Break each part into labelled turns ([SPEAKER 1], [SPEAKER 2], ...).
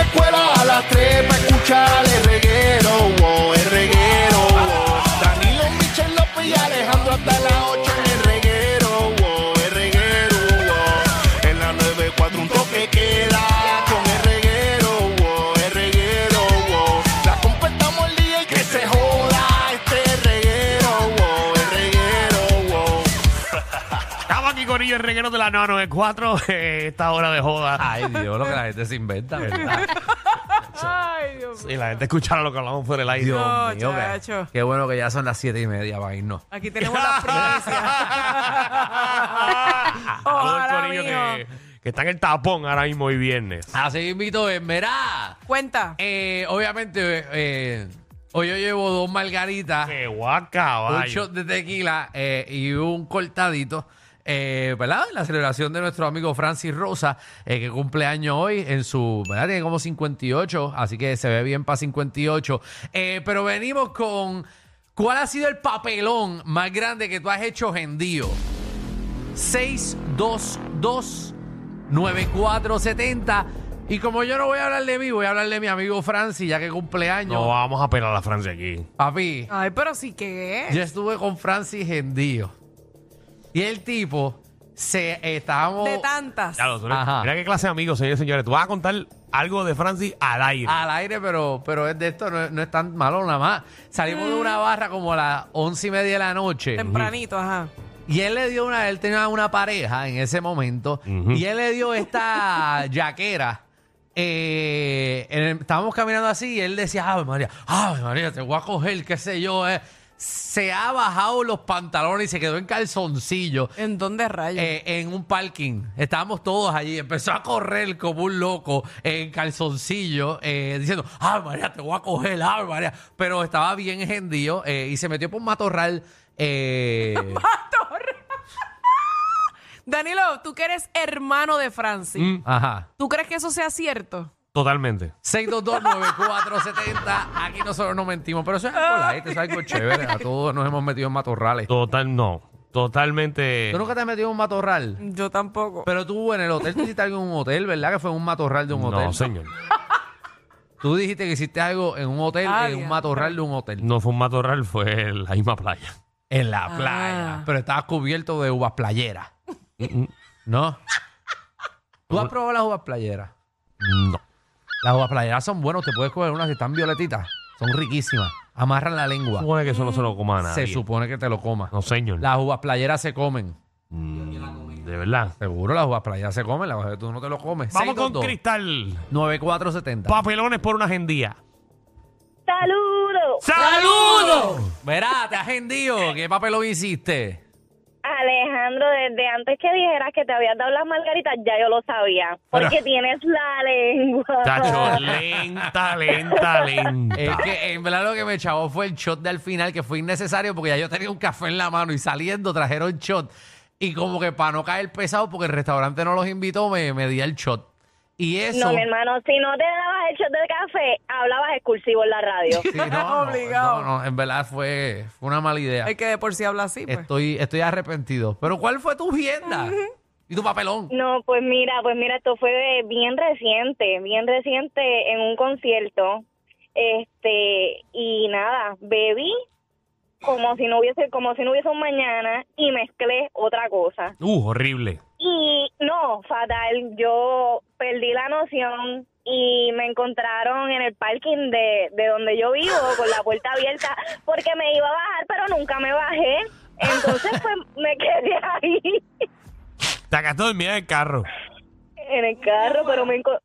[SPEAKER 1] escuela a las 3 para escuchar el reguero, wow, el reguero. wow. Danilo, Michel López y Alejandro hasta las 8 en el reguero, wow, el reguero. wow. En la 94 un toque queda con el reguero, wow, el reguero. wow. La completamos el día y que se joda este reguero, wow, el reguero. wow.
[SPEAKER 2] Estamos aquí con ellos, el reguero de la 994, eh, esta hora de joda.
[SPEAKER 3] Ay, Dios, lo que la gente se inventa, ¿verdad?
[SPEAKER 4] Ay, Dios mío.
[SPEAKER 2] Y la gente escuchara lo que hablamos fuera del aire.
[SPEAKER 3] Dios
[SPEAKER 4] No,
[SPEAKER 3] mío, qué-
[SPEAKER 4] chacho.
[SPEAKER 3] qué bueno que ya son las siete y media para irnos.
[SPEAKER 4] Aquí tenemos las primicias.
[SPEAKER 2] Todo el
[SPEAKER 4] Ojalá,
[SPEAKER 2] corillo que,
[SPEAKER 4] mijo.
[SPEAKER 2] que está en el tapón ahora mismo hoy viernes.
[SPEAKER 3] Así invito, es, verá.
[SPEAKER 4] Cuenta.
[SPEAKER 3] eh, obviamente, eh, eh, hoy yo llevo dos margaritas,
[SPEAKER 2] ¡Qué guaca,
[SPEAKER 3] un
[SPEAKER 2] vaya!
[SPEAKER 3] shot de tequila eh, y un cortadito. eh, ¿Verdad? En La celebración de nuestro amigo Francis Rosa, eh, que cumple año hoy en su. ¿Verdad? Tiene como 58, así que se ve bien para 58. Eh, pero venimos con. ¿Cuál ha sido el papelón más grande que tú has hecho, Gendío? 622-9470. Y como yo no voy a hablar de mí, voy a hablar de mi amigo Francis, ya que cumple años.
[SPEAKER 2] No vamos a pelar a Francia aquí.
[SPEAKER 3] Papi,
[SPEAKER 4] Ay, pero sí que ¿eh?
[SPEAKER 3] yo estuve con Francis Gendío. Y el tipo se estábamos
[SPEAKER 4] De tantas.
[SPEAKER 2] Ya lo son-
[SPEAKER 3] Ajá.
[SPEAKER 2] Mira qué clase de amigos, señores y señores. Tú vas a contar algo de Francis al aire.
[SPEAKER 3] al aire, pero, pero es de esto, no, es- no es tan malo nada más. Salimos de una barra como a las once y media de la noche.
[SPEAKER 4] Tempranito, ajá.
[SPEAKER 3] Y él le dio una, él tenía una pareja en ese momento,
[SPEAKER 2] Ujú.
[SPEAKER 3] y él le dio esta yaquera. eh, en el- estábamos caminando así y él decía, Ave María, Ave María, te voy a coger, qué sé yo. eh". Se ha bajado los pantalones y se quedó en calzoncillo
[SPEAKER 4] ¿En dónde rayos?
[SPEAKER 3] eh, en un parking. Estábamos todos allí. Empezó a correr como un loco en calzoncillo, eh, diciendo, ¡Ay, María, te voy a coger! ¡Ay, María! Pero estaba bien engendido eh, y se metió por un matorral. eh,
[SPEAKER 4] Danilo, tú que eres hermano de Francis.
[SPEAKER 3] Mm. ajá.
[SPEAKER 4] ¿Tú crees que eso sea cierto?
[SPEAKER 2] Totalmente.
[SPEAKER 3] 6229470. Aquí nosotros no mentimos, pero eso es algo light, eso es algo chévere. A todos nos hemos metido en matorrales.
[SPEAKER 2] Total, no. Totalmente.
[SPEAKER 3] Tú nunca te has metido en un matorral.
[SPEAKER 4] Yo tampoco.
[SPEAKER 3] Pero tú en el hotel, tú hiciste algo en un hotel, ¿verdad? Que fue en un matorral de un hotel.
[SPEAKER 2] No, señor.
[SPEAKER 3] Tú dijiste que hiciste algo en un hotel,
[SPEAKER 4] Ah,
[SPEAKER 3] en un
[SPEAKER 4] ya.
[SPEAKER 3] matorral de un hotel.
[SPEAKER 2] No fue un matorral, fue la misma playa.
[SPEAKER 3] En la
[SPEAKER 4] Ah.
[SPEAKER 3] playa. Pero estabas cubierto de uvas playeras. ¿No? ¿Tú has probado las uvas playeras?
[SPEAKER 2] No.
[SPEAKER 3] Las uvas playeras son buenas. Te puedes coger unas que están violetitas. Son riquísimas. Amarran la lengua.
[SPEAKER 2] Supone que eso no se lo coma a nadie.
[SPEAKER 3] Se supone que te lo comas.
[SPEAKER 2] No, señor.
[SPEAKER 3] Las uvas playeras se comen.
[SPEAKER 2] Mm, de verdad.
[SPEAKER 3] Seguro las uvas playeras se comen, las uvas que tú no te lo comes.
[SPEAKER 2] Vamos con Cristal.
[SPEAKER 3] 9470.
[SPEAKER 2] Papelones por una agendía.
[SPEAKER 5] Saludos.
[SPEAKER 2] ¡Saludos!
[SPEAKER 3] Verá, te agendío. ¿Qué papel lo hiciste?
[SPEAKER 5] Alejandro, desde antes que dijeras que te habías dado las margaritas, ya yo lo sabía. Porque
[SPEAKER 2] Pero-
[SPEAKER 5] tienes la lengua.
[SPEAKER 2] Chacho, lenta, lenta, lenta.
[SPEAKER 3] Es que en verdad lo que me chavó fue el shot de al final, que fue innecesario porque ya yo tenía un café en la mano y saliendo trajeron shot. Y como que para no caer pesado, porque el restaurante no los invitó, me, me di el shot. Y eso.
[SPEAKER 5] No, mi hermano, si no te dabas el shot de café, hablabas excursivo en la radio.
[SPEAKER 3] Sí, no, no,
[SPEAKER 4] Obligado.
[SPEAKER 3] no, no, en verdad fue, fue una mala idea.
[SPEAKER 4] Hay que de por sí habla así, pues.
[SPEAKER 3] Estoy, estoy arrepentido. Pero ¿cuál fue tu vienda? ¿Y tu papelón?
[SPEAKER 5] No, pues mira, pues mira, esto fue eh, bien reciente, bien reciente en un concierto. Este, y nada, bebí como si no hubiese como si no hubiese un mañana y mezclé otra cosa.
[SPEAKER 2] Uh, horrible.
[SPEAKER 5] Y no, fatal, yo perdí la noción y me encontraron en el parking de, de donde yo vivo con la puerta abierta porque me iba a bajar, pero nunca me bajé. Entonces, pues me quedé ahí
[SPEAKER 2] Te acaso dormida en el carro.
[SPEAKER 5] en el carro, pero me, enco-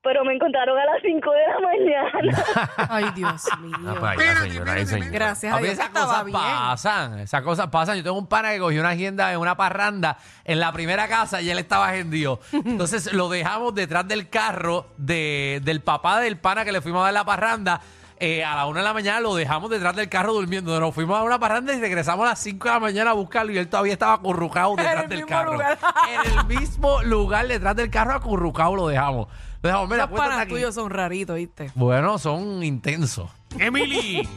[SPEAKER 5] pero me encontraron a las 5 de la mañana.
[SPEAKER 4] Ay, Dios
[SPEAKER 2] Ah,
[SPEAKER 4] mío.
[SPEAKER 2] pues
[SPEAKER 4] Gracias a
[SPEAKER 3] Ah, pues, A
[SPEAKER 4] Dios
[SPEAKER 3] esas
[SPEAKER 4] que estaba
[SPEAKER 3] cosas
[SPEAKER 4] bien.
[SPEAKER 3] pasan, pues, esas cosas pasan. Yo tengo un pana que cogió una agenda en una parranda en la primera casa y él estaba agendido. Entonces lo dejamos detrás del carro de- del papá del pana que le fuimos a dar la parranda. Eh, a la una de la mañana lo dejamos detrás del carro durmiendo. Nos fuimos a una parranda y regresamos a las 5 de la mañana a buscarlo y él todavía estaba acurrucado detrás
[SPEAKER 4] el
[SPEAKER 3] del
[SPEAKER 4] mismo
[SPEAKER 3] carro.
[SPEAKER 4] lugar.
[SPEAKER 3] En el mismo lugar detrás del carro acurrucado lo dejamos. Lo dejamos, mira,
[SPEAKER 4] Los
[SPEAKER 3] acuéstate
[SPEAKER 4] panas
[SPEAKER 3] aquí.
[SPEAKER 4] tuyos son raritos, ¿viste?
[SPEAKER 3] Bueno, son intensos.
[SPEAKER 2] Emily.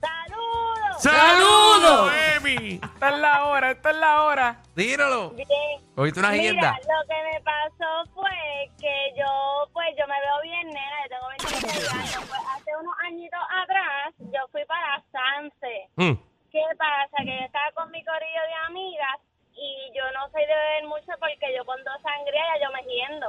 [SPEAKER 5] ¡Saludos!
[SPEAKER 2] ¡Saludos! Emi.
[SPEAKER 4] Esta es la hora, esta es la hora.
[SPEAKER 3] Tíralo.
[SPEAKER 5] Bien.
[SPEAKER 3] ¿Cogiste una
[SPEAKER 5] Mira,
[SPEAKER 3] agenda?
[SPEAKER 5] lo que me pasó fue que yo, pues yo me bien nena, yo tengo 27 años. Pues hace unos añitos atrás yo fui para Sanse.
[SPEAKER 3] Mm.
[SPEAKER 5] ¿Qué pasa? Que yo estaba con mi corillo de amigas y yo no soy de beber mucho porque yo con dos sangrías ya yo me hiendo.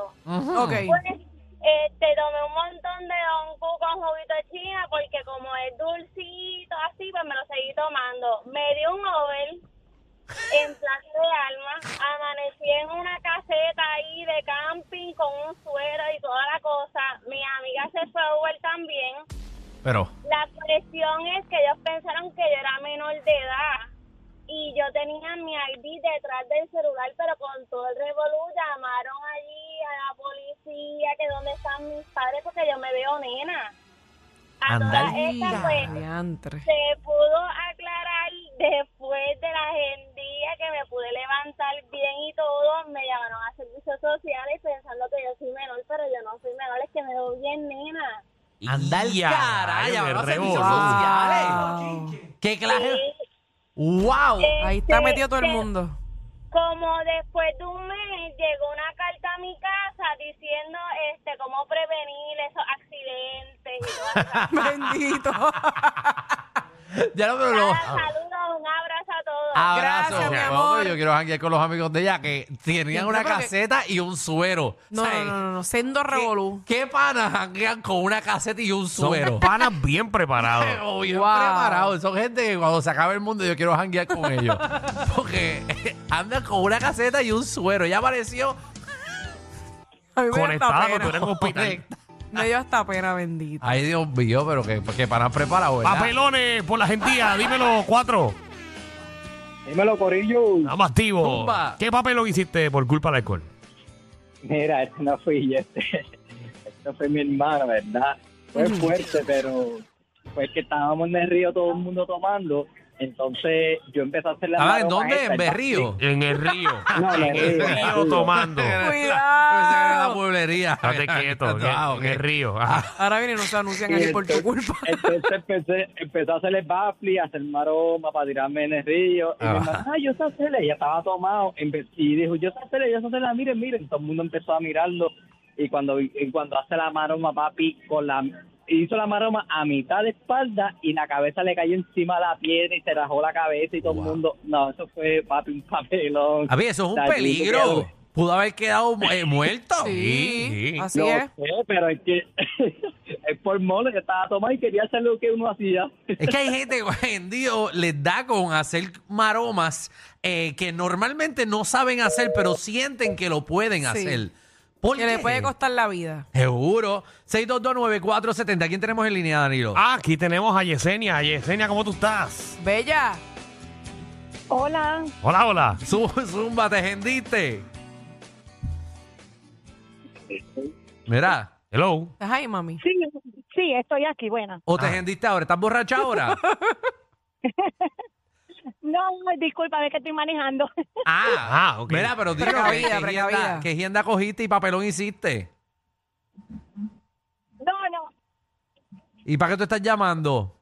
[SPEAKER 4] Ok.
[SPEAKER 5] Pues este, tomé un montón de Don Q con juguito de china porque como es dulcito así, pues me lo seguí tomando. Me dio un over en Plaza de Alma, amanecí en una caseta ahí de camping con un suero y toda la cosa. Mi amiga se fue a Uber también.
[SPEAKER 3] Pero,
[SPEAKER 5] La presión es que ellos pensaron que yo era menor de edad y yo tenía mi ID detrás del celular, pero con todo el revolú llamaron allí a la policía que dónde están mis padres porque yo me veo nena. A todas
[SPEAKER 3] Andal.
[SPEAKER 5] estas, pues,
[SPEAKER 4] Diantre.
[SPEAKER 5] se pudo aclarar después de la agendía que me pude levantar bien y todo. Me llamaron a servicios sociales pensando que yo soy menor, pero yo no soy menor, es que me veo bien nena.
[SPEAKER 3] andar
[SPEAKER 2] Ya,
[SPEAKER 3] caray,
[SPEAKER 2] me
[SPEAKER 3] ahora
[SPEAKER 2] rebotó.
[SPEAKER 3] servicios
[SPEAKER 4] Wow.
[SPEAKER 3] sociales. ¿Qué clase?
[SPEAKER 5] Sí.
[SPEAKER 3] ¡Wow!
[SPEAKER 4] Ahí
[SPEAKER 5] Este,
[SPEAKER 4] está metido todo el
[SPEAKER 5] se-
[SPEAKER 4] mundo.
[SPEAKER 5] Como después de un mes llegó una carta a mi casa diciendo este cómo prevenir esos accidentes y todo eso.
[SPEAKER 4] Este, Bendito.
[SPEAKER 3] Ya lo pero lo-
[SPEAKER 5] Nada, Saludos, un abrazo a todos.
[SPEAKER 4] Ah.
[SPEAKER 3] Abrazo,
[SPEAKER 4] Gracias, mi
[SPEAKER 3] Bueno,
[SPEAKER 4] amor.
[SPEAKER 3] Yo quiero janguear con los amigos de ella que tenían
[SPEAKER 4] Yo
[SPEAKER 3] una
[SPEAKER 4] creo que-
[SPEAKER 3] caseta y un suero.
[SPEAKER 4] No,
[SPEAKER 3] ¿Sabes?
[SPEAKER 4] no, no, no, no. Sendo revolú.
[SPEAKER 3] ¿Qué, qué panas janguean con una caseta y un
[SPEAKER 2] Son
[SPEAKER 3] suero?
[SPEAKER 2] panas bien preparados.
[SPEAKER 3] Pero bien
[SPEAKER 4] Wow.
[SPEAKER 3] preparados. Son gente que cuando se acabe el mundo yo quiero janguear con ellos. Porque andan con una caseta y un suero. Ella apareció
[SPEAKER 4] A mí me dio hasta
[SPEAKER 2] Conectado, tú eres
[SPEAKER 4] pena.
[SPEAKER 2] un hospital.
[SPEAKER 4] Me dio hasta pena, bendito.
[SPEAKER 3] Ay, Dios mío, pero que, que panas preparados,
[SPEAKER 2] Pues
[SPEAKER 3] ¿verdad?
[SPEAKER 2] Papelones por la gentía, dímelo, cuatro.
[SPEAKER 6] Dímelo, Corillo.
[SPEAKER 2] Vamos activo.
[SPEAKER 3] Zumba.
[SPEAKER 2] ¿Qué papelón hiciste por culpa del alcohol?
[SPEAKER 6] Mira, este no fui yo, este, este fue mi hermano, ¿verdad? Fue
[SPEAKER 3] Mm.
[SPEAKER 6] fuerte, pero fue que estábamos en el río todo el mundo tomando. Entonces yo empecé a hacer la.
[SPEAKER 3] Estaban Ah, en
[SPEAKER 6] maroma
[SPEAKER 3] dónde?
[SPEAKER 6] esta,
[SPEAKER 3] ¿En
[SPEAKER 6] el
[SPEAKER 3] Berrío?
[SPEAKER 2] En el río.
[SPEAKER 6] No, en el
[SPEAKER 2] en
[SPEAKER 6] río,
[SPEAKER 2] el
[SPEAKER 6] en el
[SPEAKER 2] río
[SPEAKER 6] río.
[SPEAKER 2] tomando.
[SPEAKER 3] Ah, Pensé que era la
[SPEAKER 4] Cuidado.
[SPEAKER 3] pueblería.
[SPEAKER 2] Estate quieto. en el-
[SPEAKER 3] Ah,
[SPEAKER 2] En el
[SPEAKER 3] ok.
[SPEAKER 2] río. Ajá.
[SPEAKER 4] Ahora vienen y nos anuncian
[SPEAKER 6] Y
[SPEAKER 4] allí por tu culpa.
[SPEAKER 6] Entonces empecé, empecé a hacerle bafli, a hacer maroma para tirarme en el río. Y
[SPEAKER 3] Ah.
[SPEAKER 6] mi hermano, ah, yo sé hacerle, ya estaba tomado. Empe- y dijo, yo sé hacerle, yo sé hacerla, miren, miren. Todo el mundo empezó a mirarlo. Y cuando, y cuando hace la maroma, papi, con la hizo la maroma a mitad de espalda y la cabeza le cayó encima de la piedra y se rajó la cabeza y todo
[SPEAKER 3] Wow.
[SPEAKER 6] el mundo, no, eso fue, papi, un papelón.
[SPEAKER 3] A mí eso es un
[SPEAKER 6] O sea, yo creo-
[SPEAKER 3] peligro. Pudo haber quedado eh, muerto.
[SPEAKER 4] Sí, ¿eh?
[SPEAKER 2] sí.
[SPEAKER 4] así
[SPEAKER 6] Lo
[SPEAKER 4] es.
[SPEAKER 6] sé, pero es que es por mole que estaba tomado y quería hacer lo que uno hacía.
[SPEAKER 3] Es que hay gente que hoy en día les da con hacer maromas eh, que normalmente no saben hacer, pero sienten que lo pueden
[SPEAKER 4] Sí.
[SPEAKER 3] hacer. ¿Por
[SPEAKER 4] Que le
[SPEAKER 3] qué?
[SPEAKER 4] puede costar la vida.
[SPEAKER 3] Seguro. 6229470. ¿Quién tenemos en línea, Danilo?
[SPEAKER 2] Ah, aquí tenemos a Yesenia. Yesenia, ¿cómo tú estás?
[SPEAKER 4] Bella.
[SPEAKER 5] Hola,
[SPEAKER 2] Hola, hola.
[SPEAKER 3] Zu- Zumba, te gendiste. Mira,
[SPEAKER 2] Hello.
[SPEAKER 4] ¿Estás ahí, mami?
[SPEAKER 5] sí, sí, estoy aquí, buena.
[SPEAKER 3] o te
[SPEAKER 4] Ah.
[SPEAKER 3] gendiste ahora. ¿Estás borracha ahora?
[SPEAKER 5] No, disculpa, es que estoy manejando.
[SPEAKER 3] Ah,
[SPEAKER 2] Ah, ok.
[SPEAKER 3] Mira, pero dilo, ¿qué,
[SPEAKER 4] Precavida,
[SPEAKER 3] qué
[SPEAKER 4] precavida.
[SPEAKER 3] hienda- qué hienda cogiste y papelón hiciste?
[SPEAKER 5] No, no,
[SPEAKER 3] ¿Y para qué tú estás llamando?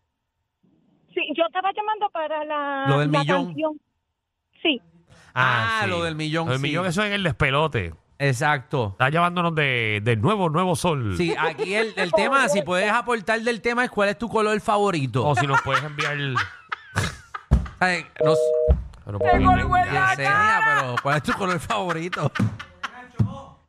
[SPEAKER 5] sí, yo estaba llamando para la,
[SPEAKER 3] Lo del
[SPEAKER 5] la
[SPEAKER 3] millón.
[SPEAKER 5] canción. Sí,
[SPEAKER 3] Ah, lo del millón,
[SPEAKER 2] Lo del
[SPEAKER 3] sí.
[SPEAKER 2] millón, eso es en el despelote.
[SPEAKER 3] Exacto.
[SPEAKER 2] Está llevándonos de, del nuevo, nuevo sol.
[SPEAKER 3] Sí, aquí el, el tema, si puedes aportar del tema, es cuál es tu color favorito.
[SPEAKER 2] O si nos puedes enviar. el-
[SPEAKER 3] Ay, no s-
[SPEAKER 2] Pero, pues,
[SPEAKER 3] Yesenia, pero ¿cuál es tu color favorito?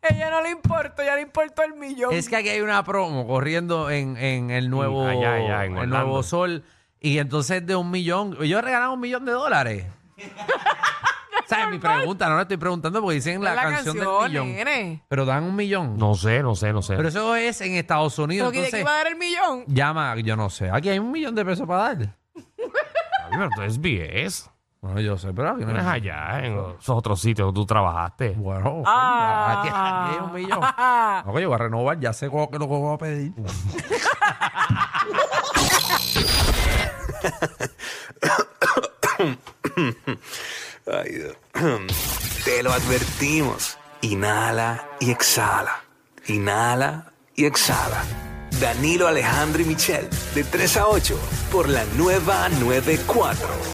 [SPEAKER 4] Ella no le importa, ya le importó el millón.
[SPEAKER 3] Es que aquí hay una promo corriendo en, en el nuevo,
[SPEAKER 2] Mm, allá, allá, en
[SPEAKER 3] el
[SPEAKER 2] Orlando.
[SPEAKER 3] nuevo sol. Y entonces de un millón, yo he regalado un millón de dólares. o sea, es mi pregunta, no la estoy preguntando porque dicen la, canción, del millón.
[SPEAKER 4] nene.
[SPEAKER 3] Pero dan un millón.
[SPEAKER 2] No sé, no sé, no sé.
[SPEAKER 3] Pero eso es en Estados
[SPEAKER 4] ¿Pero
[SPEAKER 3] Unidos.
[SPEAKER 4] que- de qué
[SPEAKER 3] Entonces,
[SPEAKER 4] va a dar el millón?
[SPEAKER 3] llama, yo no sé. Aquí hay un millón de pesos para dar.
[SPEAKER 2] Ay, pero tú es BS.
[SPEAKER 3] Bueno, yo sé, pero aquí
[SPEAKER 2] Tú
[SPEAKER 3] no
[SPEAKER 2] eres
[SPEAKER 3] hay-
[SPEAKER 2] allá, en esos otros sitios donde tú trabajaste.
[SPEAKER 3] Bueno,
[SPEAKER 4] Ah.
[SPEAKER 3] aquí, aquí hay un millón.
[SPEAKER 4] Ah.
[SPEAKER 3] No, que yo voy a renovar, ya sé cómo, que lo que voy a pedir.
[SPEAKER 7] Ay, Dios. Te lo advertimos. Inhala y exhala. Inhala y exhala. Danilo Alejandro y Michel, de 3 a 8, por la nueva 94.